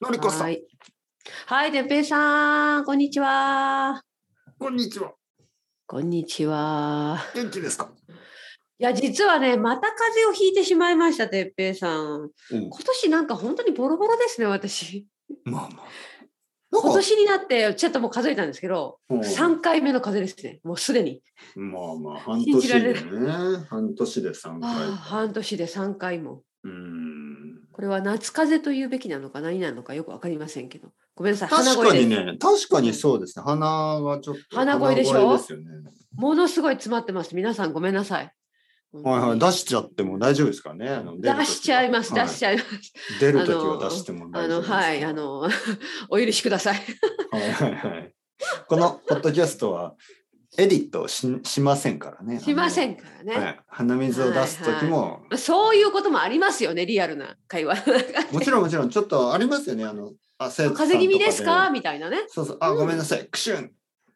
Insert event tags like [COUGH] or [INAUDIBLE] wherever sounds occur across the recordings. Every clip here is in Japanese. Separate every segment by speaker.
Speaker 1: のりこさ
Speaker 2: は
Speaker 1: ん、
Speaker 2: い。はい、てっぺいさん、こんにちは。
Speaker 1: こんにちは。
Speaker 2: こんにちは。
Speaker 1: 元気ですか。
Speaker 2: いや、実はね、また風邪をひいてしまいました、てっぺいさ
Speaker 1: う
Speaker 2: ん。
Speaker 1: ん
Speaker 2: 今年なんか本当にボロボロですね、私。
Speaker 1: まあまあ。
Speaker 2: 今年になって、ちょっともう数えたんですけど、
Speaker 1: うん
Speaker 2: 3回目の風邪ですね、もうすでに。
Speaker 1: まあまあ、半
Speaker 2: 信
Speaker 1: 年
Speaker 2: じられ
Speaker 1: で
Speaker 2: る
Speaker 1: ね。半年で三回。
Speaker 2: ああ、半年で3回も。
Speaker 1: うん。
Speaker 2: これは夏風邪というべきなのか、何なのかよくわかりませんけど。ごめんなさい、鼻
Speaker 1: 確か
Speaker 2: 声
Speaker 1: に
Speaker 2: で。
Speaker 1: ね、確かにそうですね。鼻がちょっと。
Speaker 2: 鼻声でしょ
Speaker 1: 鼻声ですよね。
Speaker 2: ものすごい詰まってます。皆さん、ごめんなさい。
Speaker 1: はいはい、出しちゃっても大丈夫ですかね。あの
Speaker 2: 出しちゃいます、出しちゃいます。
Speaker 1: 出るときは出しても
Speaker 2: あ
Speaker 1: 大丈夫
Speaker 2: の
Speaker 1: ですか。
Speaker 2: はいあの [LAUGHS] お許しください。
Speaker 1: はいはいはい。このポッドキャストはエディットをししませんからね。
Speaker 2: [LAUGHS] しません
Speaker 1: か
Speaker 2: からね。
Speaker 1: はい、鼻水を出すときも、
Speaker 2: まあそういうこともありますよねリアルな
Speaker 1: [LAUGHS]
Speaker 2: 会話の中で。
Speaker 1: もちろんもちろんちょっとありますよね。あのあ生徒さん
Speaker 2: 風邪気味です
Speaker 1: と
Speaker 2: か
Speaker 1: で
Speaker 2: みたいなね。
Speaker 1: そうそう。あ、
Speaker 2: うん
Speaker 1: ごめんなさい。クシュン。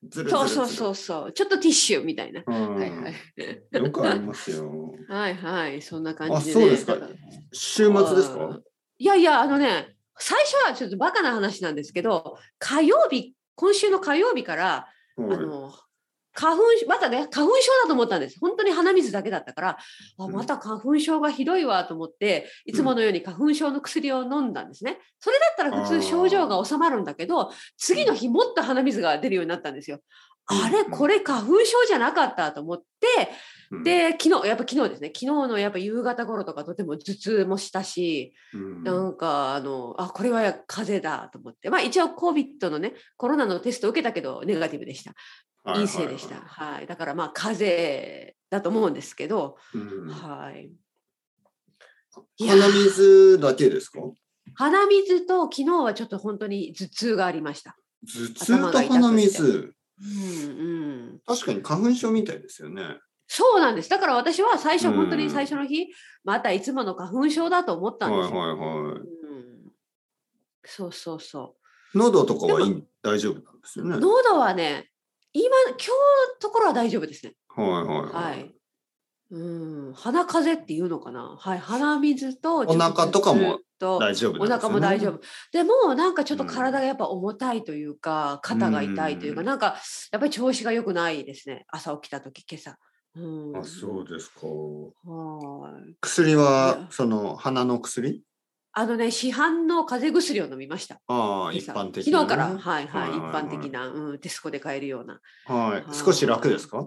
Speaker 1: ずるずるずる
Speaker 2: そうそうそうそうちょっとティッシュみたいな。
Speaker 1: う。ん、
Speaker 2: はいはい
Speaker 1: よくありますよ。
Speaker 2: はいはいそんな感
Speaker 1: あ
Speaker 2: じで、ね。
Speaker 1: そうですか
Speaker 2: だら
Speaker 1: 週末です
Speaker 2: あ
Speaker 1: か
Speaker 2: ー？いやいやあのね最初はちょっとバカな話なんですけど火曜日今週の火曜日からあ
Speaker 1: はい
Speaker 2: の花粉またね花粉症だと思ったんです本当に鼻水だけだったからあ
Speaker 1: うん
Speaker 2: また花粉症がひどいわと思っていつものように花粉症の薬を飲んだんですねそれだったら普
Speaker 1: あー
Speaker 2: 通症状が治まるんだけど次の日もっと鼻水が出るようになったんですよ。
Speaker 1: うん
Speaker 2: あれこれ花粉症じゃなかったと思って、
Speaker 1: うん、
Speaker 2: で昨日やっぱ昨日ですね昨日のやっぱ夕方頃とかとても頭痛もしたし、
Speaker 1: うん
Speaker 2: なんかあのあこれは風邪だと思ってまあ一応 COVID のねコロナのテスト受けたけどネガティブでした。
Speaker 1: はい
Speaker 2: 陰性でした。
Speaker 1: はいは
Speaker 2: はいだからまあ風邪だと思うんですけど、
Speaker 1: いうん
Speaker 2: はい。いや
Speaker 1: 鼻水だけですか？
Speaker 2: 鼻水と昨日はちょっと本当に頭痛がありました。
Speaker 1: 頭痛と鼻水。
Speaker 2: うんうん。
Speaker 1: 確かに花粉症みたいですよね。
Speaker 2: そうなんです。だから私は最初、
Speaker 1: うん
Speaker 2: 本当に最初の日、またいつもの花粉症だと思った
Speaker 1: はい
Speaker 2: ん
Speaker 1: はい
Speaker 2: ですよ。
Speaker 1: は
Speaker 2: うんそうそうそ
Speaker 1: い。喉とかはいい大丈夫なんですよ
Speaker 2: う。
Speaker 1: ね。
Speaker 2: 喉はね、今、今日のところは大丈夫ですね。
Speaker 1: はいはいは
Speaker 2: はいい。。うん、鼻風邪っていうのかな。はい、鼻水と
Speaker 1: お腹とかも
Speaker 2: 頭痛と
Speaker 1: 大丈夫
Speaker 2: お
Speaker 1: なんですよ
Speaker 2: 腹
Speaker 1: ね
Speaker 2: も大丈夫。。でもなんかちょっと
Speaker 1: うん
Speaker 2: 体がやっぱ重たいというか、肩が痛いというか、
Speaker 1: うん
Speaker 2: なんかやっぱり調子が良くないですね。朝起きた時今朝。うん、
Speaker 1: あ、そうですか。
Speaker 2: はーい。
Speaker 1: 薬
Speaker 2: い
Speaker 1: は
Speaker 2: や
Speaker 1: その鼻の薬？
Speaker 2: あのね市販の風邪薬を飲みました。
Speaker 1: ああ、
Speaker 2: 今
Speaker 1: 一
Speaker 2: 朝
Speaker 1: 般的
Speaker 2: 昨
Speaker 1: な
Speaker 2: 日
Speaker 1: ね
Speaker 2: から、はいは
Speaker 1: は
Speaker 2: い、
Speaker 1: い
Speaker 2: 一
Speaker 1: はいはい
Speaker 2: 般的な、うん、テスコで買えるような。
Speaker 1: は。
Speaker 2: はいい
Speaker 1: 少し楽ですか？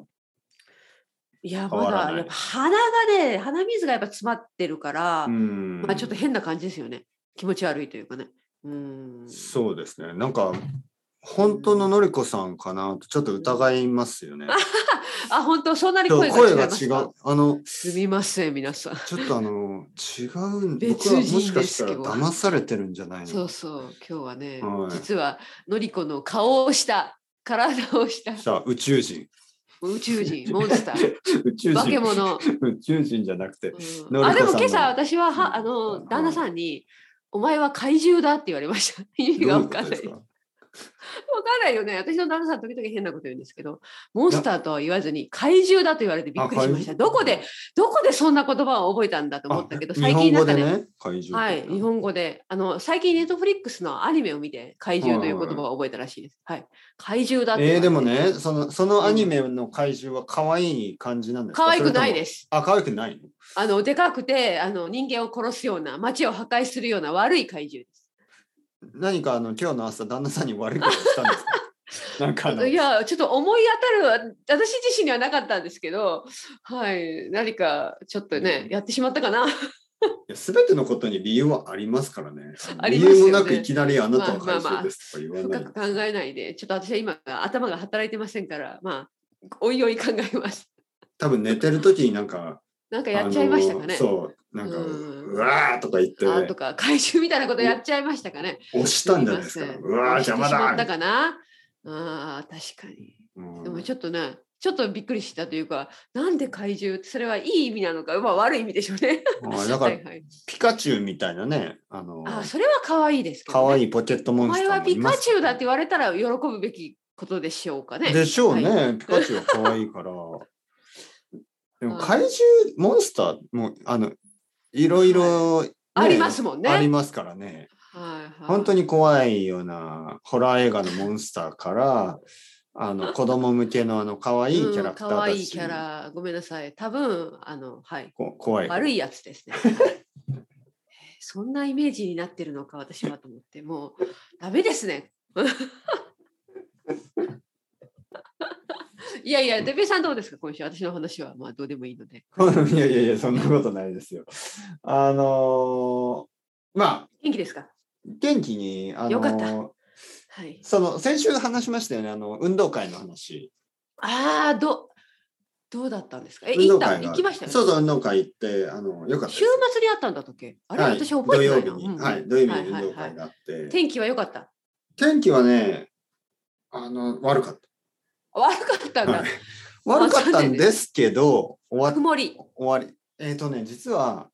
Speaker 2: いや、
Speaker 1: 変
Speaker 2: ま
Speaker 1: わらない
Speaker 2: だやっぱ鼻がね、鼻水がやっぱ詰まってるから、
Speaker 1: うん。
Speaker 2: まあちょっと変な感じですよね。気持ち悪いというかね。うん。
Speaker 1: そうですね。なんか本当ののりこさんかなとちょっと疑いますよね。
Speaker 2: あ、本当そんなに
Speaker 1: ちょっ
Speaker 2: 声
Speaker 1: と
Speaker 2: が違
Speaker 1: 声
Speaker 2: い
Speaker 1: が
Speaker 2: ます
Speaker 1: 違
Speaker 2: か
Speaker 1: う。あの。
Speaker 2: すみません、皆さん。
Speaker 1: ちょっとあの違うん
Speaker 2: 別
Speaker 1: 僕はも
Speaker 2: 人
Speaker 1: しかしたら
Speaker 2: ですけど
Speaker 1: 騙されてるんじゃないの
Speaker 2: そうそう、今日はね、
Speaker 1: はい
Speaker 2: 実はのりこの顔をした、体をした
Speaker 1: さあ宇宙人
Speaker 2: 宇
Speaker 1: [LAUGHS]
Speaker 2: 宙人、モンスター、
Speaker 1: 宇宙
Speaker 2: 化け
Speaker 1: 人
Speaker 2: 物。
Speaker 1: 宇宙人じゃなくて
Speaker 2: う
Speaker 1: の
Speaker 2: ん
Speaker 1: りこさんの
Speaker 2: あ、でも今朝私は
Speaker 1: うん
Speaker 2: は、あ
Speaker 1: うん
Speaker 2: の、旦那さんに、お前は怪獣だって言われました。意味
Speaker 1: ど
Speaker 2: が
Speaker 1: ういう
Speaker 2: 分
Speaker 1: こ
Speaker 2: か
Speaker 1: と
Speaker 2: ん
Speaker 1: で
Speaker 2: な
Speaker 1: す
Speaker 2: い。
Speaker 1: か
Speaker 2: 分かんないよね。私の旦那さん時々変なこと言うんですけど、モンスターとは言わずに怪獣だと言われてびっくりしました。
Speaker 1: あ怪獣
Speaker 2: どこで、どこでそんな言葉を覚えたんだと思ったけど、
Speaker 1: あ
Speaker 2: 最近になった
Speaker 1: 日
Speaker 2: ね
Speaker 1: 本語でね怪獣
Speaker 2: はい、日本語で。あの、最近ネットフリックスのアニメを見て、怪獣という言葉を覚えたらしいです。はい。怪獣だって言わ
Speaker 1: えー、
Speaker 2: れて。
Speaker 1: でもねそのそのアニメの怪獣は可愛い感じなんですか
Speaker 2: 可愛くない
Speaker 1: す
Speaker 2: です。
Speaker 1: あ可愛くないの
Speaker 2: あの、でかくて、あの、人間を殺すような、街を破壊するような悪い怪獣です。
Speaker 1: 何かあの今日の朝旦那さんに悪いことしたんですかなん
Speaker 2: [LAUGHS]
Speaker 1: かあの
Speaker 2: いや、ちょっと思い当たる、私自身にはなかったんですけど、はい、何かちょっとね、
Speaker 1: うん
Speaker 2: やってしまったかな。
Speaker 1: いや全てのことに理由はありますからね。
Speaker 2: あり
Speaker 1: 理
Speaker 2: ますよね
Speaker 1: 由もなくいきなりあなたは怪
Speaker 2: まあま
Speaker 1: 獣
Speaker 2: あまあ
Speaker 1: ですとか言わな
Speaker 2: 深
Speaker 1: い
Speaker 2: く。考えないで、ちょっと私は今、頭が働いてませんから、まあ、おいおい考えます。
Speaker 1: 多分寝てる時になんか
Speaker 2: なんかやっちゃいましたかね。
Speaker 1: あのそう、なんか、う
Speaker 2: うん
Speaker 1: わーとか言って、
Speaker 2: あとか怪獣みたいなことやっちゃいましたかね。
Speaker 1: 押したんじゃないですか。
Speaker 2: すいません
Speaker 1: うわー、邪魔
Speaker 2: してしま
Speaker 1: だ
Speaker 2: ったかな。あー確かに。
Speaker 1: うん
Speaker 2: でもちょっとね、ちょっとびっくりしたというか、なんで怪獣ってそれはいい意味なのか、まあ悪い意味でしょうね。
Speaker 1: あだから
Speaker 2: は、いはい、
Speaker 1: ピカチュウみたいなね、あの、
Speaker 2: あーそれは可愛いですけど、
Speaker 1: 可愛
Speaker 2: い。
Speaker 1: いポケットモ
Speaker 2: お
Speaker 1: ンス
Speaker 2: 前
Speaker 1: ター
Speaker 2: は
Speaker 1: もい
Speaker 2: ピ
Speaker 1: ま
Speaker 2: カ
Speaker 1: す
Speaker 2: チュウだって言われたら喜ぶべきことでしょうかね。
Speaker 1: でしょうね、
Speaker 2: は
Speaker 1: ピカチュウは可愛い
Speaker 2: [LAUGHS]
Speaker 1: から。でも怪獣、モンスターも、あの、いろいろ、ね
Speaker 2: ありますもんね。
Speaker 1: ありますからね。
Speaker 2: はいはい、
Speaker 1: 本当に怖いようなホラー映画のモンスターから、あ
Speaker 2: [LAUGHS]
Speaker 1: の子供向けのあの可愛いキャラクタ
Speaker 2: うん、可
Speaker 1: ーだ
Speaker 2: 愛い
Speaker 1: し
Speaker 2: キ、ャラ、ごめんなさい。多分あの、はい、
Speaker 1: こ怖い。
Speaker 2: 悪いやつですね。はいそんなイメージになってるのか、私はと思って、もうダメで
Speaker 1: [LAUGHS]
Speaker 2: すね。いやいや、デペさんどうですか、今週。私の話は、まあ、どうでもいいので。
Speaker 1: [LAUGHS] いやいやいや、そんなことないですよ。あのーまあ、
Speaker 2: 元気ですか
Speaker 1: 元気に、あのー
Speaker 2: よかったはい。
Speaker 1: その先週話しましたよね、あの運動会の話。
Speaker 2: ああ、ど、どうだったんですかえ、
Speaker 1: 運
Speaker 2: 行
Speaker 1: 動
Speaker 2: った
Speaker 1: 会
Speaker 2: 行きましたよね
Speaker 1: そうそう、運動会行って、あのよかったです
Speaker 2: 週末にあったんだったっけあれ、
Speaker 1: はい
Speaker 2: 私覚えてない
Speaker 1: 土
Speaker 2: な、
Speaker 1: 曜日
Speaker 2: う
Speaker 1: に、
Speaker 2: ん
Speaker 1: はい、土曜日に運
Speaker 2: はい
Speaker 1: 動
Speaker 2: はいはい
Speaker 1: 会があって、
Speaker 2: 天気は良かった。
Speaker 1: 天気はね、あの悪かっ
Speaker 2: 悪かった
Speaker 1: た、
Speaker 2: んだ。
Speaker 1: はい悪かったんですけど、終わっ
Speaker 2: 曇り。
Speaker 1: 終わり。えっ、とね、実は、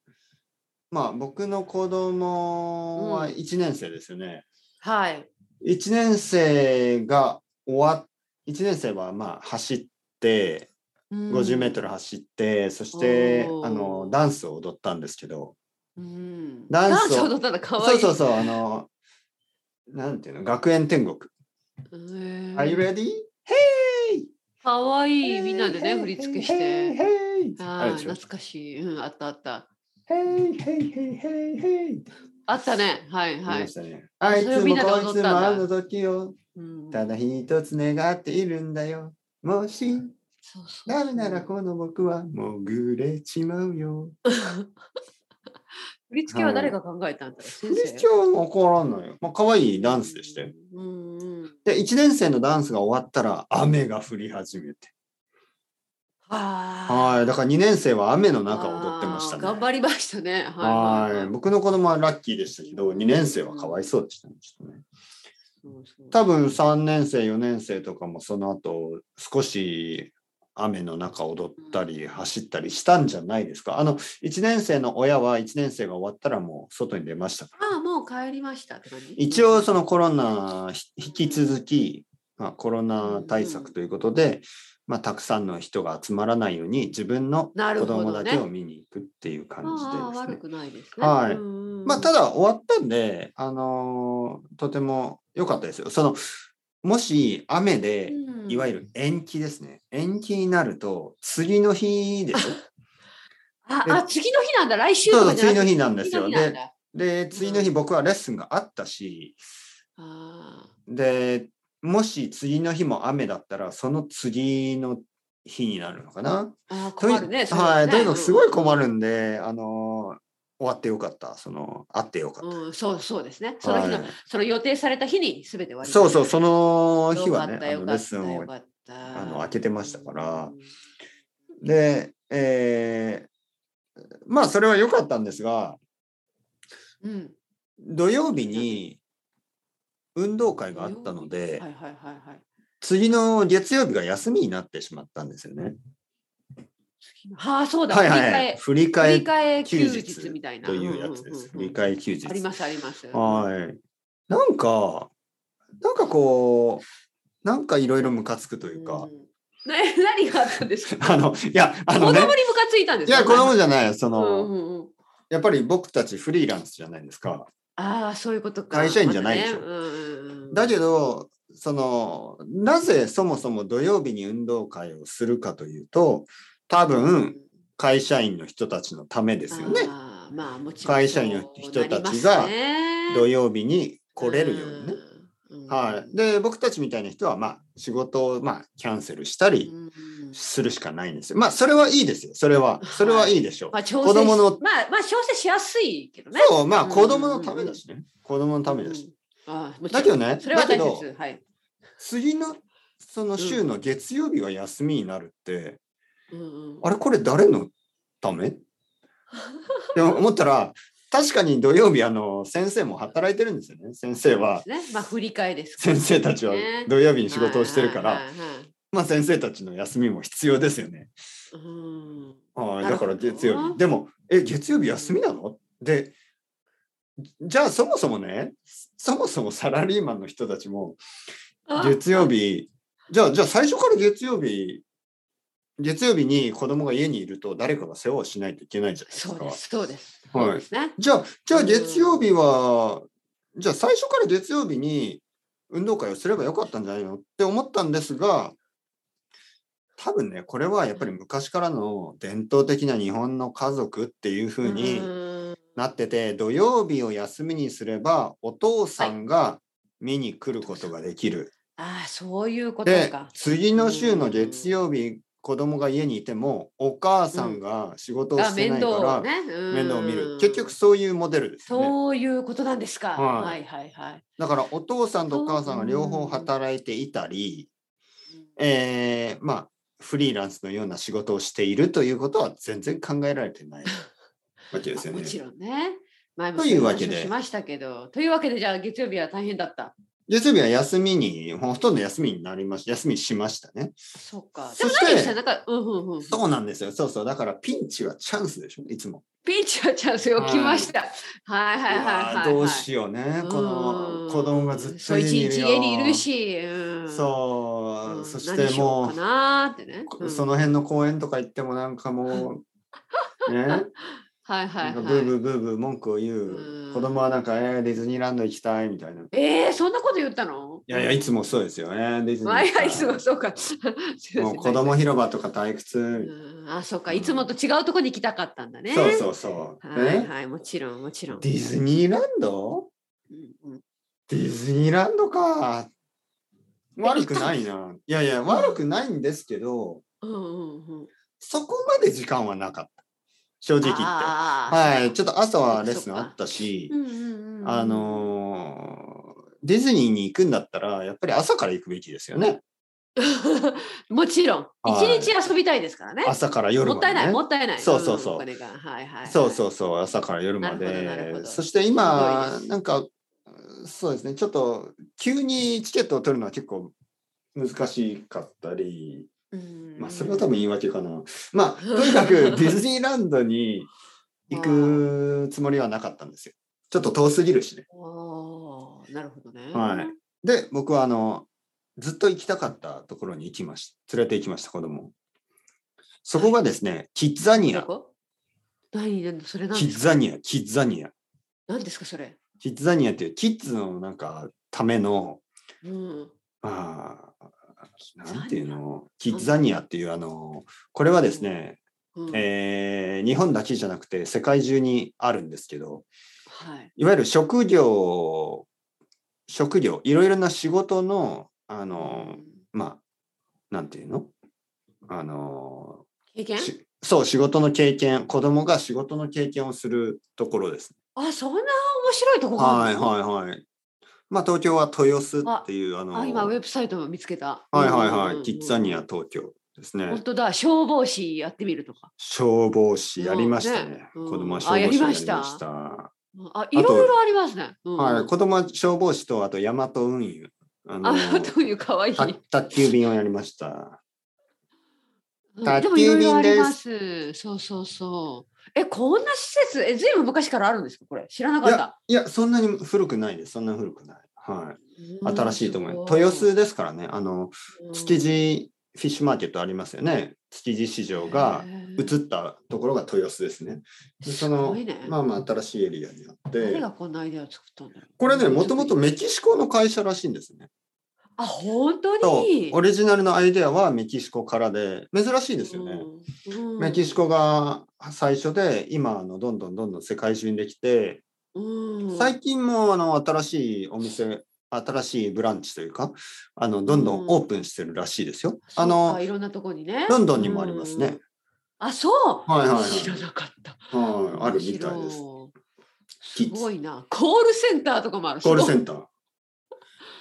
Speaker 1: まあ僕の子供は1年生ですよね。
Speaker 2: はい。
Speaker 1: 1年生が終わっ1年生はまあ走って50メートル走って、そして
Speaker 2: おー
Speaker 1: あのダンスを踊ったんですけど
Speaker 2: うん。
Speaker 1: ダン
Speaker 2: ダン
Speaker 1: スを
Speaker 2: ス踊ったら可
Speaker 1: そ
Speaker 2: 愛
Speaker 1: う
Speaker 2: い。
Speaker 1: そうそうあのなんていうの学園天国
Speaker 2: へー
Speaker 1: Are you ready?
Speaker 2: 可愛
Speaker 1: Hey!
Speaker 2: いみんなでね振り付けし
Speaker 1: Hey,
Speaker 2: て。
Speaker 1: hey, hey! あ
Speaker 2: あ
Speaker 1: れ
Speaker 2: あ
Speaker 1: でしょ
Speaker 2: 懐かしい。うんあったあった。
Speaker 1: Hey, hey, hey, hey, hey! って
Speaker 2: あったね。はい
Speaker 1: 言い
Speaker 2: は
Speaker 1: ま
Speaker 2: い
Speaker 1: し。たね。あい
Speaker 2: それ
Speaker 1: つ
Speaker 2: をみ
Speaker 1: も
Speaker 2: んなで踊
Speaker 1: こ
Speaker 2: っ
Speaker 1: い
Speaker 2: た
Speaker 1: つ
Speaker 2: んだ
Speaker 1: もあの時を
Speaker 2: うん
Speaker 1: ただ一つ願っているんだよ。もし
Speaker 2: そうそうそう
Speaker 1: ダメならこの僕は潜れちまうよ。
Speaker 2: 振り付けは誰が考えたんだろう。
Speaker 1: 振
Speaker 2: 先
Speaker 1: り
Speaker 2: 生
Speaker 1: 付けは怒らんのよ。まあ、可愛いダンスでしたよ。。
Speaker 2: うんうん。
Speaker 1: で、1年生のダンスが終わったら雨が降り始めて。
Speaker 2: は
Speaker 1: はい。だから2年生は雨の
Speaker 2: い。
Speaker 1: 中踊ってましたね。
Speaker 2: ああ頑張りましたね。は
Speaker 1: はいい
Speaker 2: はいはい。
Speaker 1: 僕の子供はラッキーでしたけど、2年生はかわいそうでしたね。ちょっとね
Speaker 2: そうそう
Speaker 1: 多分3年生、4年生とかもその後、少し雨の中踊ったり、走ったりしたんじゃないですか。あの、1年生の親は1年生が終わったらもう外に出ましたから
Speaker 2: ああ、もう帰りましたって感じ。
Speaker 1: 一応そのコロナひ引き続き、まあ、コロナ対策ということで、まあ、たくさんの人が集まらないように自分の
Speaker 2: なる
Speaker 1: 子
Speaker 2: ほどね
Speaker 1: 供だけを見に行くっていう感じ
Speaker 2: ああ
Speaker 1: で
Speaker 2: 悪
Speaker 1: ですね。
Speaker 2: くないですね。
Speaker 1: はい
Speaker 2: うんうん
Speaker 1: まあ、ただ終わったんで、あのーとても良かったですよ。そのもし雨で
Speaker 2: うん
Speaker 1: いわゆる延期ですね。延期になると次の日でし
Speaker 2: [LAUGHS]
Speaker 1: ょ
Speaker 2: あ
Speaker 1: で
Speaker 2: あ次の日なんだ来週
Speaker 1: そ
Speaker 2: と
Speaker 1: うそ
Speaker 2: か
Speaker 1: う
Speaker 2: じゃ
Speaker 1: 次
Speaker 2: な
Speaker 1: の
Speaker 2: くて
Speaker 1: 日なんですよ。
Speaker 2: 次の日な
Speaker 1: で
Speaker 2: んだ。
Speaker 1: で次の日僕はレッスンがあったし、
Speaker 2: あ
Speaker 1: でもし次の日も雨だったらその次の日になるのかな。
Speaker 2: ーあー困るね。
Speaker 1: とにはい、とにかくすごい
Speaker 2: る。
Speaker 1: 困るんで、あの終わってよかった、その会ってよかっ
Speaker 2: うん、そうそうですね。
Speaker 1: た。
Speaker 2: その日の、
Speaker 1: はい
Speaker 2: その予定された日にすべて終わり。
Speaker 1: そうそう、
Speaker 2: の
Speaker 1: その日はね、あのレッスンを
Speaker 2: よかった
Speaker 1: あの開けてましたからで、えーまあそれは良かったんですが、
Speaker 2: うん。
Speaker 1: 土曜日に運動会があったので、
Speaker 2: はいはいはいはい。
Speaker 1: 次の月曜日が休みになってしまったんですよね。
Speaker 2: 次のああそうだ。
Speaker 1: はいはい、振り
Speaker 2: 振
Speaker 1: 替
Speaker 2: り
Speaker 1: え
Speaker 2: 替え
Speaker 1: 休
Speaker 2: 休
Speaker 1: 日
Speaker 2: 日みたいな
Speaker 1: というやつです。振
Speaker 2: うんうんうん
Speaker 1: り替え休日。
Speaker 2: ありますあります。
Speaker 1: はい。なんか、なんかこう、なんかいろいろムカつくというか、
Speaker 2: んね [LAUGHS] 何があったんですか。
Speaker 1: あの、いや、あの
Speaker 2: 子供
Speaker 1: ね
Speaker 2: にム、カついたんで
Speaker 1: い
Speaker 2: すか。
Speaker 1: や、子供じゃない、そ
Speaker 2: うん
Speaker 1: の、
Speaker 2: うんうん。
Speaker 1: やっぱり僕たちフリーランスじゃないですか。
Speaker 2: ああ、そういうことか。
Speaker 1: 会社員じゃないでしょ
Speaker 2: まだねうんうんうん
Speaker 1: だけど、その、なぜそもそも土曜日に運動会をするかというと、多分、会社員の人たちのためですよね。
Speaker 2: ああまあ、もちろん。
Speaker 1: 会社員の人たちが土
Speaker 2: 土
Speaker 1: 曜日に来れるようにね。。
Speaker 2: うん
Speaker 1: はい。で、僕たちみたいな人は、まあ、仕事を、まあ、キャンセルしたり、
Speaker 2: うん
Speaker 1: するしかないんですよ。まあ、それはいいですよ。それは、それはいいでしょう。
Speaker 2: まあ、調整
Speaker 1: 子供の
Speaker 2: しまあ、まあ、調整しやすいけどね。
Speaker 1: そう、まあ、子供のためだしね。子供のためだし。
Speaker 2: うん。ああもちろ
Speaker 1: だ
Speaker 2: ん
Speaker 1: けどね
Speaker 2: それは大
Speaker 1: だけ
Speaker 2: 切。はい。
Speaker 1: 次の、その週の月曜日が休みになるって、
Speaker 2: うんうん
Speaker 1: あれ、これ誰のためって思ったら、確かに土曜日、あの、先生も働いてるんですよね。先生は、
Speaker 2: ね、まあ、振り替えですから
Speaker 1: 先生たちは
Speaker 2: ね
Speaker 1: 土曜日に仕事をしてるか
Speaker 2: はい
Speaker 1: ら、
Speaker 2: はいはいはい
Speaker 1: まあ、先生たちの休みも必要ですよね。
Speaker 2: うん
Speaker 1: はい、
Speaker 2: な
Speaker 1: だ
Speaker 2: る
Speaker 1: か
Speaker 2: ほ
Speaker 1: ら
Speaker 2: ど
Speaker 1: 月曜日。でも、え、月曜日休みなので、じゃあそもそもね、そもそもサラリーマンの人たちも、月曜日、じゃあ、じゃあ最初から月曜日、月曜日に子供が家にいると誰かが世話をしないといけないじゃないです
Speaker 2: そう
Speaker 1: か。
Speaker 2: です、そうです。
Speaker 1: はい
Speaker 2: そうですね。
Speaker 1: じゃあ、じゃあ月曜日はじゃあ最初から月曜日に運動会をすればよかったんじゃないのって思ったんですが、多分ね、これはやっぱり昔からの伝統的な日本の家族っていう風に
Speaker 2: うん
Speaker 1: なってて、土曜日を休みにすればお父さんが見に来ることができる。
Speaker 2: ああ、そういうこと
Speaker 1: で
Speaker 2: か。
Speaker 1: 次の週の月曜日子供が家にいてもお母さんが仕事を
Speaker 2: あ
Speaker 1: して
Speaker 2: 面
Speaker 1: ない
Speaker 2: 倒
Speaker 1: か
Speaker 2: を
Speaker 1: ら
Speaker 2: ね。うん
Speaker 1: 面倒を見る結局そういうモデルですよね
Speaker 2: そういうことなんですか。
Speaker 1: は
Speaker 2: はいいはいはい。
Speaker 1: だからお父さんとお母さんが両方働いていたり、えーまあフリーランスのような仕事をしているということは全然考えられてないわけですよ
Speaker 2: も [LAUGHS]
Speaker 1: ね。
Speaker 2: ちろんね。前も
Speaker 1: というわけで
Speaker 2: そう話をしましたけど、というわけでじゃあ月曜日は大変だった。
Speaker 1: 月曜日は休みにほとんど休みになりました休みしましたね。
Speaker 2: そっか。で
Speaker 1: そ
Speaker 2: も
Speaker 1: して
Speaker 2: 何でしたなんか、うんうんうん。
Speaker 1: そうなんですよそうそうだからピンチはチャンスでしょいつも。
Speaker 2: ピンチはチャンスよ
Speaker 1: はい
Speaker 2: 来ました。はいはいはいはい、
Speaker 1: うわ
Speaker 2: は
Speaker 1: ー
Speaker 2: い。
Speaker 1: どうしようねこの子供がずっと
Speaker 2: 家にいる
Speaker 1: よ
Speaker 2: 家にいるし、うん、
Speaker 1: そう、
Speaker 2: ん
Speaker 1: そしても
Speaker 2: 何しようかなーってね。
Speaker 1: う、
Speaker 2: うん
Speaker 1: その辺の公園とか行ってもなんかもうね、
Speaker 2: はいは
Speaker 1: ないんか
Speaker 2: はい。
Speaker 1: ブーブーブーブー文句を言う
Speaker 2: うん
Speaker 1: 子供はなんか、えーディズニーランド行きたいみたいな。い
Speaker 2: えー、そんなこと言ったの
Speaker 1: やいやい
Speaker 2: [LAUGHS]
Speaker 1: つもそうですよね。ディズニー
Speaker 2: 毎
Speaker 1: 行きた
Speaker 2: 回すごいそうか。 [LAUGHS] すいません
Speaker 1: もう子供広場とか退屈、
Speaker 2: うんあ、そうか。いつもと違うとこに行きたかったんだね。
Speaker 1: そうそうそう、
Speaker 2: は
Speaker 1: ね
Speaker 2: いはい、もちろんもちろん。
Speaker 1: ディズニーランド
Speaker 2: うんうん
Speaker 1: ディズニーランドか悪くないな。いやいや悪くないんですけど、
Speaker 2: うんうんうん。
Speaker 1: そこまで時間はなかった正直言って。
Speaker 2: あー
Speaker 1: はい、ちょっと朝はレッスンあったし
Speaker 2: う、んうんうん
Speaker 1: あのーディズニーに行くんだったら、やっぱり朝から行くべきですよね。
Speaker 2: [LAUGHS] もちろん一
Speaker 1: はい
Speaker 2: 日遊びたいですからね。
Speaker 1: 朝から夜
Speaker 2: もっ
Speaker 1: ま
Speaker 2: た
Speaker 1: で、
Speaker 2: いない
Speaker 1: ね。
Speaker 2: もったいない。
Speaker 1: そうそうそうん
Speaker 2: お金がはいはいはい。
Speaker 1: そうそうそう、朝から夜ま
Speaker 2: なるほどなるほ
Speaker 1: で。
Speaker 2: ど
Speaker 1: そして
Speaker 2: すご
Speaker 1: 今
Speaker 2: いで、す
Speaker 1: なんか、そうですね、ちょっと急にチケットを取るのは結構難しかったり、
Speaker 2: うん。
Speaker 1: まあ、それは多分言い訳かな。まあ、とにかくディズニーランドに行くつもりはなかったん
Speaker 2: [LAUGHS]
Speaker 1: ですよ。ちょっと遠すぎるしね。
Speaker 2: あーなるほどね。
Speaker 1: はいで、僕はあの、ずっと行きたかったところに行きました。連れて行きました、子供をそこがですね、キッザニ
Speaker 2: ど
Speaker 1: ア、
Speaker 2: こ何何それ何
Speaker 1: キッ
Speaker 2: ですか
Speaker 1: ザニア、キッザニア、
Speaker 2: 何ですかそれ。
Speaker 1: キッザニアっていうキッズのなんかための、
Speaker 2: うん。
Speaker 1: あーなんていうの、キッザニアっていうあの、これはですね、
Speaker 2: うん
Speaker 1: えー日本だけじゃなくて世界中にあるんですけど、
Speaker 2: はい。
Speaker 1: いわゆる職業、職業、いろいろな仕事の、あの、まあ、なんていうのあの
Speaker 2: 経験
Speaker 1: しそう、仕事の経験、子供が仕事の経験をするところです。
Speaker 2: あそんな面白いとこがあ
Speaker 1: は
Speaker 2: る
Speaker 1: い
Speaker 2: の
Speaker 1: はいはい。まあ、東京は豊洲っていう、あの、
Speaker 2: あ今ウ
Speaker 1: はい
Speaker 2: ェブサイトを見つけた。
Speaker 1: はい
Speaker 2: うんうんう
Speaker 1: は
Speaker 2: ん
Speaker 1: い、キッザニア東京ですね
Speaker 2: 本。当だ消防士やってみるとか。
Speaker 1: 消防士やりました
Speaker 2: うん
Speaker 1: ね
Speaker 2: ね。うん
Speaker 1: 子供は
Speaker 2: あ
Speaker 1: 消
Speaker 2: や
Speaker 1: 防
Speaker 2: り
Speaker 1: 士や
Speaker 2: ま
Speaker 1: り
Speaker 2: した
Speaker 1: ました。
Speaker 2: あいろいろありますね。うん
Speaker 1: はい、子供は消防士と、あと、大和運輸。あの、
Speaker 2: あというかわいい。
Speaker 1: た宅急便をやりました。
Speaker 2: うんでも
Speaker 1: 宅急便
Speaker 2: いろいろあり
Speaker 1: です
Speaker 2: ます。そうそうそう。え、こんな施設、え、ずいぶん昔からあるんですか、これ。知らなか
Speaker 1: い
Speaker 2: っ
Speaker 1: や
Speaker 2: た。、
Speaker 1: いや、そんなに古くないです。そんな古くない。はい。
Speaker 2: うん
Speaker 1: 新しいと思います。豊洲ですからね、あの築、
Speaker 2: す
Speaker 1: 地フィッシュマーケットありますよね。築地市
Speaker 2: ごい
Speaker 1: 場が
Speaker 2: へ
Speaker 1: 移
Speaker 2: ー
Speaker 1: ったところが豊洲ですね。でその、
Speaker 2: すごいね
Speaker 1: まあまあ新しいエリアにあっ
Speaker 2: 誰
Speaker 1: て、
Speaker 2: がこんなアイデアを作ったんだろう。
Speaker 1: これね、もともと
Speaker 2: ちょっ
Speaker 1: メキシコの会社らしいんですね。
Speaker 2: あ、本当
Speaker 1: と
Speaker 2: に。
Speaker 1: オリジナルのアイデアはメキシコからで、珍しいですよね。
Speaker 2: うん。うん
Speaker 1: メキシコが最初で、今あのどんどんどんどん世界中にできて、
Speaker 2: うん
Speaker 1: 最近もあの新しいお店、新しいブランチというか、あのどんどんオープンしてるらしいですよ。あ
Speaker 2: そ
Speaker 1: の
Speaker 2: うかいろんなとこにね。
Speaker 1: ロンドンにもありますね。
Speaker 2: あ、そう。
Speaker 1: はいはいはい
Speaker 2: 知らなかった。
Speaker 1: はい、あるみたいです。
Speaker 2: 面白
Speaker 1: キ
Speaker 2: い。
Speaker 1: ッ
Speaker 2: す
Speaker 1: ズ
Speaker 2: ごいな。コールセンターとかもある。
Speaker 1: コールセ
Speaker 2: ン
Speaker 1: ンター。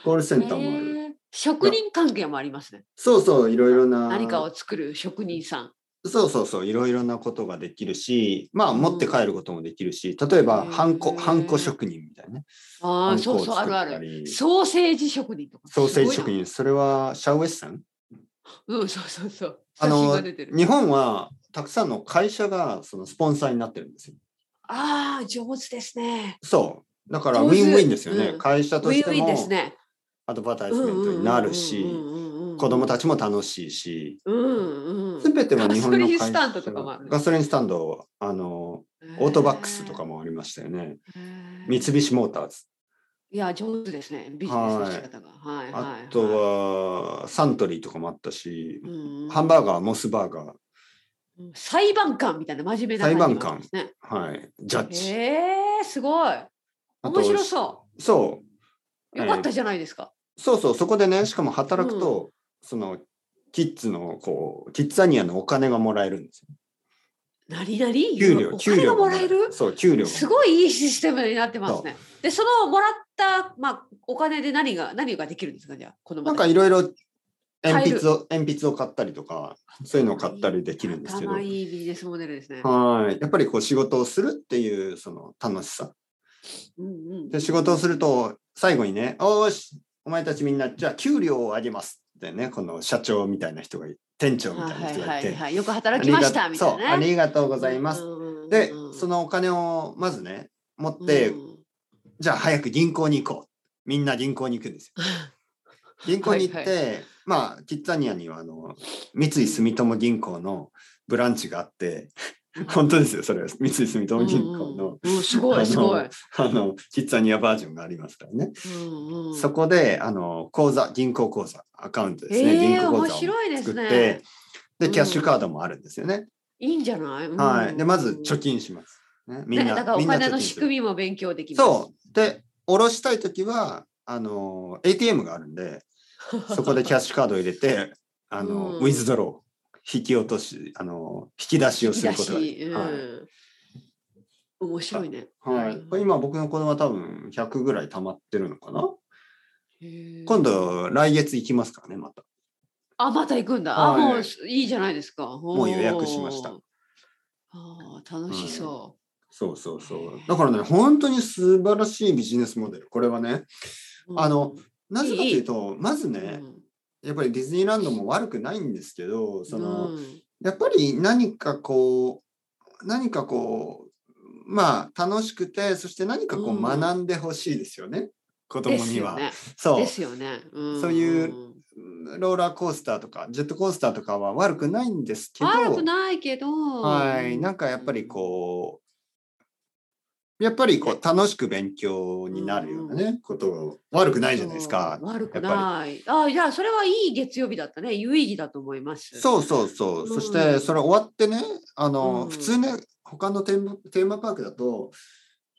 Speaker 1: コールセンターもある。
Speaker 2: 職人関係もありますね。
Speaker 1: そうそう、いろいろな。
Speaker 2: 何かを作る職人さん。
Speaker 1: そうそうそう、いろいろなことができるし、まあ、持って帰ることもできるし、例えば、
Speaker 2: へー
Speaker 1: ハンコ、ハンコ職人みたいなね。
Speaker 2: あ
Speaker 1: ハ
Speaker 2: あ、
Speaker 1: ンコ
Speaker 2: そ
Speaker 1: を
Speaker 2: うそう、あ
Speaker 1: 作
Speaker 2: るあ
Speaker 1: った
Speaker 2: る。
Speaker 1: り。
Speaker 2: ソーセージ職人とか。
Speaker 1: ソーセージ職
Speaker 2: す
Speaker 1: 人、それはシャウエッさん。
Speaker 2: ごいな。うん、そうそうそう。
Speaker 1: あ
Speaker 2: 写真
Speaker 1: の、
Speaker 2: が出てる。
Speaker 1: 日本はたくさんの会社がそのスポンサーになってるんですよ。
Speaker 2: ああ、上手ですね。
Speaker 1: そう。だから、ウ
Speaker 2: 上手
Speaker 1: ィンウィンですよね。
Speaker 2: うん
Speaker 1: 会社
Speaker 2: ウ
Speaker 1: とし
Speaker 2: ィンウ
Speaker 1: て
Speaker 2: ィンです
Speaker 1: も
Speaker 2: ね。
Speaker 1: アドバタイ
Speaker 2: う
Speaker 1: ス
Speaker 2: ん
Speaker 1: メントになるし、子供た
Speaker 2: ち。
Speaker 1: ちも楽しいし、
Speaker 2: うんうん。
Speaker 1: すべては日本の
Speaker 2: ガソリ
Speaker 1: 会
Speaker 2: ンス
Speaker 1: 社
Speaker 2: タンドとかもあるね
Speaker 1: ガソリンスタンド、あの、オートバックスとか
Speaker 2: も。
Speaker 1: もありましたよね。
Speaker 2: へー
Speaker 1: 三。菱モーターズ。
Speaker 2: いや、上手ですね。ビジネスの仕方が。はい。はい
Speaker 1: あ
Speaker 2: はい
Speaker 1: とは、サントリーとかもあったし、
Speaker 2: うん
Speaker 1: ハンバーガー、モスバーガー、
Speaker 2: うん裁判官みたいな真面目な感じもありますね。
Speaker 1: はい、ジャッジ。
Speaker 2: へえ、すごい。
Speaker 1: あと
Speaker 2: 面白そ。
Speaker 1: そう
Speaker 2: よかったじゃないですか。
Speaker 1: そうそう、そこでね、しかも働くと、その、キッズの、こう、キッザニアのお金がもらえるんですよ。
Speaker 2: 何々
Speaker 1: 給料、
Speaker 2: お
Speaker 1: 給
Speaker 2: 金
Speaker 1: 料
Speaker 2: がもらえる
Speaker 1: そう、給料が
Speaker 2: すごいいいシステムになってますね。で、そのもらった、まあ、お金で何が、何ができるんですか、じゃあ、子供
Speaker 1: なんかいろいろ、鉛筆を、鉛筆を買ったりとか、そういうのを買ったりできるんですけど
Speaker 2: 頭、いいビジネスモデルですね。
Speaker 1: はい。やっぱりこう、仕事をするっていう、その、楽しさ。
Speaker 2: うんうん
Speaker 1: で、仕事をすると、最後にね、おーし、お前たちみんな、じゃあ、給料を上げます。ってね、この社長みたいな人がい、店長み
Speaker 2: は
Speaker 1: たいな人
Speaker 2: い
Speaker 1: が
Speaker 2: はいい
Speaker 1: て、
Speaker 2: はい。よく働きま
Speaker 1: あり
Speaker 2: した、
Speaker 1: が
Speaker 2: み
Speaker 1: そ
Speaker 2: た
Speaker 1: う
Speaker 2: い
Speaker 1: あ
Speaker 2: なね。
Speaker 1: りがとうございます。
Speaker 2: うんうんうん。
Speaker 1: で、そのお金をまずね、持って、
Speaker 2: うん
Speaker 1: じゃあ早く銀行に行こう。みんな銀行に行くんですよ。
Speaker 2: [LAUGHS]
Speaker 1: 銀行に行って、
Speaker 2: は
Speaker 1: まあ、キッザニアにはあの三井住友銀行のブランチがあ
Speaker 2: [LAUGHS]
Speaker 1: って、本当ですよ、それは三井住友銀行の、
Speaker 2: うんうんうんすご
Speaker 1: あ
Speaker 2: い
Speaker 1: の
Speaker 2: すごい、
Speaker 1: あのキッザニアバージョンがありますからね。
Speaker 2: うんうん
Speaker 1: そこで、あの、口座、銀行口座、アカウントですね。
Speaker 2: ええ
Speaker 1: 銀行口
Speaker 2: 面
Speaker 1: 座を
Speaker 2: 白いです
Speaker 1: 作っ
Speaker 2: ね
Speaker 1: て、
Speaker 2: う
Speaker 1: で、
Speaker 2: ん
Speaker 1: キャッシュカードもあるんですよね。
Speaker 2: いいんじゃない、うん
Speaker 1: はい。で、まず貯金します。ね、みん
Speaker 2: ね
Speaker 1: な、
Speaker 2: だからお
Speaker 1: みんな
Speaker 2: 金の
Speaker 1: 貯金
Speaker 2: 仕
Speaker 1: する
Speaker 2: 組みも勉強できます
Speaker 1: そう。で、下ろしたいときは、あの、ATM があるん
Speaker 2: [LAUGHS]
Speaker 1: で、そこでキャッシュカードを入れて、あの、
Speaker 2: うん
Speaker 1: ウィズドロー、引き落とし、あの、引き出しをすることができる
Speaker 2: 引き出し
Speaker 1: はい
Speaker 2: うん面白いね
Speaker 1: はい。これ今僕の子供は多分100ぐらい溜まってるのかな今
Speaker 2: 度
Speaker 1: 度、来月行きますからね、また。
Speaker 2: あまた行くんだ、
Speaker 1: はい
Speaker 2: あもうすいいじゃないですかも
Speaker 1: う予約しました
Speaker 2: あー楽しそ
Speaker 1: そうそうそう。だからね、本当に素晴らしいビジネスモデル。これはね、
Speaker 2: う、
Speaker 1: あのなぜかというと、まず
Speaker 2: うん
Speaker 1: ね、やっぱりディズニーランドも悪くないんですけど、その、
Speaker 2: うん
Speaker 1: やっぱり何かこう何かこうまあ楽しくてそして何かこ
Speaker 2: うん
Speaker 1: う学んでほしいですよね、子
Speaker 2: で
Speaker 1: 供
Speaker 2: す
Speaker 1: に
Speaker 2: よ
Speaker 1: は、
Speaker 2: ね
Speaker 1: そう
Speaker 2: ですよね、ん
Speaker 1: そういうローラーコースターとかジェットコースターとかは悪くないんですけど
Speaker 2: 悪くないけど
Speaker 1: はいなんかやっぱりこうやっぱりこう楽しく勉強になるようなね、ことが悪くないじゃないですか
Speaker 2: そう悪くない。あじゃあそれはいい月曜日だったね。有意義だと思います。う。
Speaker 1: そうそうそう、
Speaker 2: うん
Speaker 1: そしてそれ終わってねあの、
Speaker 2: うん
Speaker 1: 普通ね他のテーマテーマパークだと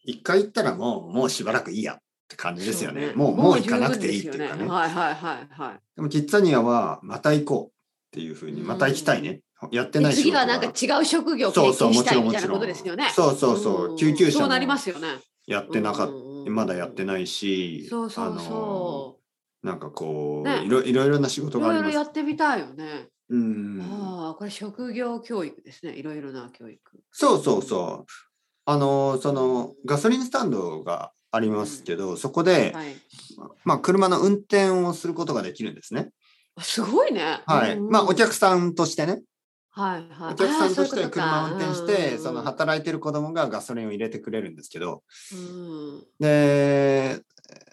Speaker 1: 一回行ったらもうもうしばらくいいやって感じですよねもうもう行かなくていいっていうか
Speaker 2: 十分
Speaker 1: ね
Speaker 2: ですよはいはいはいは
Speaker 1: でもキッザニアはまた行こうっていうふうにまた行きたいね、やって
Speaker 2: い。
Speaker 1: な
Speaker 2: で
Speaker 1: い
Speaker 2: 次
Speaker 1: 仕事
Speaker 2: はなんか違う職業を経
Speaker 1: そうそう
Speaker 2: 験
Speaker 1: もち
Speaker 2: したい
Speaker 1: ろん
Speaker 2: み
Speaker 1: も
Speaker 2: たい
Speaker 1: ち
Speaker 2: な
Speaker 1: ろ
Speaker 2: こ
Speaker 1: ん
Speaker 2: とですよね。
Speaker 1: そうそうそう、
Speaker 2: ん
Speaker 1: 救急車
Speaker 2: そう
Speaker 1: も
Speaker 2: なりますよね。
Speaker 1: やってなかった、
Speaker 2: た
Speaker 1: まだやってないし
Speaker 2: そうそ
Speaker 1: あ
Speaker 2: う
Speaker 1: の
Speaker 2: そう。
Speaker 1: なんかこう、
Speaker 2: ね
Speaker 1: いろいろいろな仕事
Speaker 2: い
Speaker 1: があ
Speaker 2: ろ
Speaker 1: り
Speaker 2: いろ
Speaker 1: ます
Speaker 2: やってみたいよね。
Speaker 1: うん
Speaker 2: ああこれ職業教育ですね。いろいろな教育。
Speaker 1: そうそうそう。あのそのガソリンスタンドがありますけど、そこで、
Speaker 2: はい。
Speaker 1: まあ、車の運転をすることができるんですね。
Speaker 2: あすごいね。
Speaker 1: はい。
Speaker 2: うんうん
Speaker 1: まあ、お客さんとしてね、
Speaker 2: はいはい。
Speaker 1: お客さんとして車を
Speaker 2: あー
Speaker 1: 運転して、その。
Speaker 2: ういうことか
Speaker 1: 働いてる子供がガソリンを入れてくれるんですけど、
Speaker 2: うんうん
Speaker 1: で、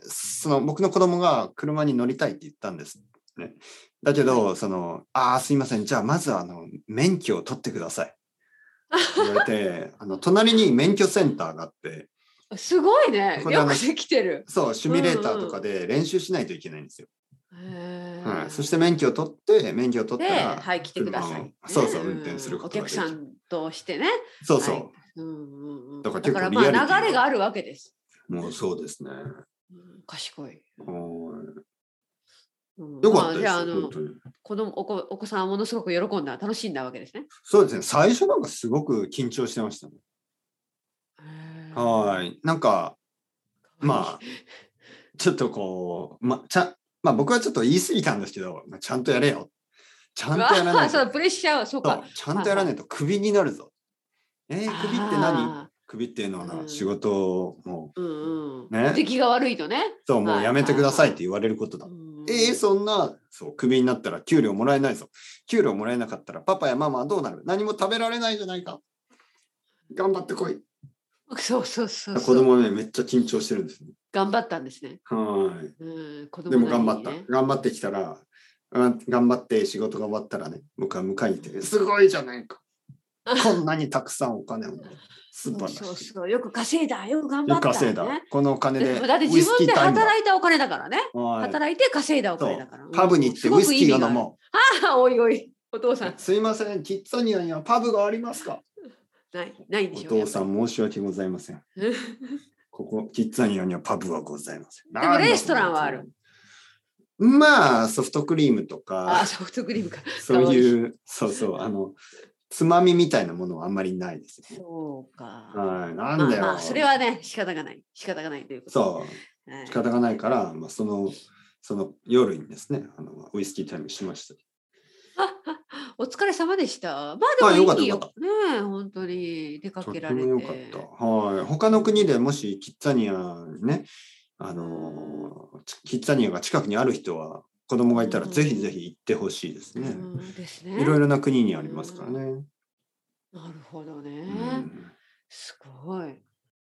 Speaker 1: その僕の子供が車に乗りたいって言ったんです。ね、だけど、その、ああ、すいません、じゃあまずはあの免許を取ってください。言われ
Speaker 2: [LAUGHS]
Speaker 1: て、あの隣に免許センターがあって、
Speaker 2: すごいね。
Speaker 1: これあ
Speaker 2: よ
Speaker 1: の
Speaker 2: くできてる。
Speaker 1: そう、シミュレーターとかで練習しないといけないんですよ。はい、そして
Speaker 2: メ
Speaker 1: 免許を取って、免許を取っ
Speaker 2: で、
Speaker 1: たら、
Speaker 2: はい、来てくださ
Speaker 1: 車
Speaker 2: い
Speaker 1: を。そうそうん運転すること
Speaker 2: お
Speaker 1: がで
Speaker 2: 客
Speaker 1: きる
Speaker 2: さんとしてね。
Speaker 1: そうそう、
Speaker 2: はうんうんうん
Speaker 1: だ
Speaker 2: だ
Speaker 1: か
Speaker 2: か
Speaker 1: 結構
Speaker 2: らら
Speaker 1: リアリティ
Speaker 2: ま
Speaker 1: が
Speaker 2: あ流れがあるわけです。
Speaker 1: もうそうですね。
Speaker 2: うん賢い。
Speaker 1: は
Speaker 2: うん
Speaker 1: いよかったです
Speaker 2: ま
Speaker 1: よ、
Speaker 2: あじゃああ
Speaker 1: 本
Speaker 2: の
Speaker 1: 当に。
Speaker 2: 子供お子お子さんはものすごく喜んだ楽しんだわけですね。
Speaker 1: そうですね、最初なんかすごく緊張してましたね。は
Speaker 2: へー。
Speaker 1: い、なんか、まあ
Speaker 2: あ、
Speaker 1: ちょっとこう、まちゃまあ、僕はちょっと言い過ぎたんですけど、まあちゃんとやれよ。ちゃんとやらないと。
Speaker 2: そうプレッシャーはそう
Speaker 1: そう
Speaker 2: か。
Speaker 1: ちゃんとやらないとクビになるぞ。えー、クビって何
Speaker 2: あ
Speaker 1: クビっていうのは
Speaker 2: う
Speaker 1: な、
Speaker 2: ん
Speaker 1: 仕事をも
Speaker 2: ーうんうん。
Speaker 1: ね
Speaker 2: 出来が悪いとね。
Speaker 1: う、そう、も
Speaker 2: は
Speaker 1: う
Speaker 2: い
Speaker 1: やめてくださいって言われることだ。えー、そんな、そう、クビになったら給料もらえないぞ。給料もらえなかったらパパやママはどうなる何も食べられないじゃないか。頑張ってこい。
Speaker 2: うん。 [LAUGHS] そうそうそう
Speaker 1: 子
Speaker 2: そう。
Speaker 1: 供はね、めっちゃ緊張してるんですね。
Speaker 2: 頑張ったんですね。
Speaker 1: はい。
Speaker 2: うん子供
Speaker 1: でも
Speaker 2: なり
Speaker 1: 頑張っ
Speaker 2: に
Speaker 1: た。
Speaker 2: ね
Speaker 1: 頑張ってきたら、うん頑張って仕事が
Speaker 2: [LAUGHS]
Speaker 1: 終わったらね、僕は迎えに行って、すごいじゃないか。こんなにたくさんお金を。スーパーだし
Speaker 2: そうそうそうよく稼いだよく頑張
Speaker 1: よ
Speaker 2: っ
Speaker 1: く
Speaker 2: た、ね、
Speaker 1: 稼いだ。このお金で。
Speaker 2: だって自分で働
Speaker 1: い
Speaker 2: いたお金だからね、
Speaker 1: て、はい、
Speaker 2: 働いて稼いだお金だから
Speaker 1: パブに行ってウイスキーを飲も
Speaker 2: [LAUGHS] うんあおいおいお父さん
Speaker 1: う。すいません、キッザニアにはパブがありますか
Speaker 2: ないないん
Speaker 1: お
Speaker 2: でしょ
Speaker 1: 父さ
Speaker 2: ん
Speaker 1: ん、申し訳ございません。ここ、キッザニアにはパブはございません。
Speaker 2: でもレストランはある
Speaker 1: まあ、ソフトクリームと
Speaker 2: あ
Speaker 1: か、
Speaker 2: ソフトクリームか
Speaker 1: そういう、そうそう、あの、つまみみたいなものはあんまりないですね。
Speaker 2: そうか、
Speaker 1: はい、な
Speaker 2: まあ
Speaker 1: んだよ。
Speaker 2: まあそれはね仕方がない仕方がないということ
Speaker 1: そう。
Speaker 2: う、はい
Speaker 1: 仕方がないから、まあ、そのその夜にですねあのウイスキータイムしました。
Speaker 2: お疲れ様でした。まあ
Speaker 1: あ
Speaker 2: で
Speaker 1: よか
Speaker 2: も
Speaker 1: った
Speaker 2: いいよ。
Speaker 1: よかっ
Speaker 2: ねえ、本当に出か
Speaker 1: と
Speaker 2: け
Speaker 1: て
Speaker 2: られて。
Speaker 1: も良かった。はい。他の国でもしキッザニアにね、あのちキッザニアが近くにある人は子供がいたら
Speaker 2: うん
Speaker 1: ぜひぜひ行ってほしいですね。
Speaker 2: うんですね。
Speaker 1: いろいろな国にありますからね。
Speaker 2: なるほどね。
Speaker 1: うん
Speaker 2: すごい。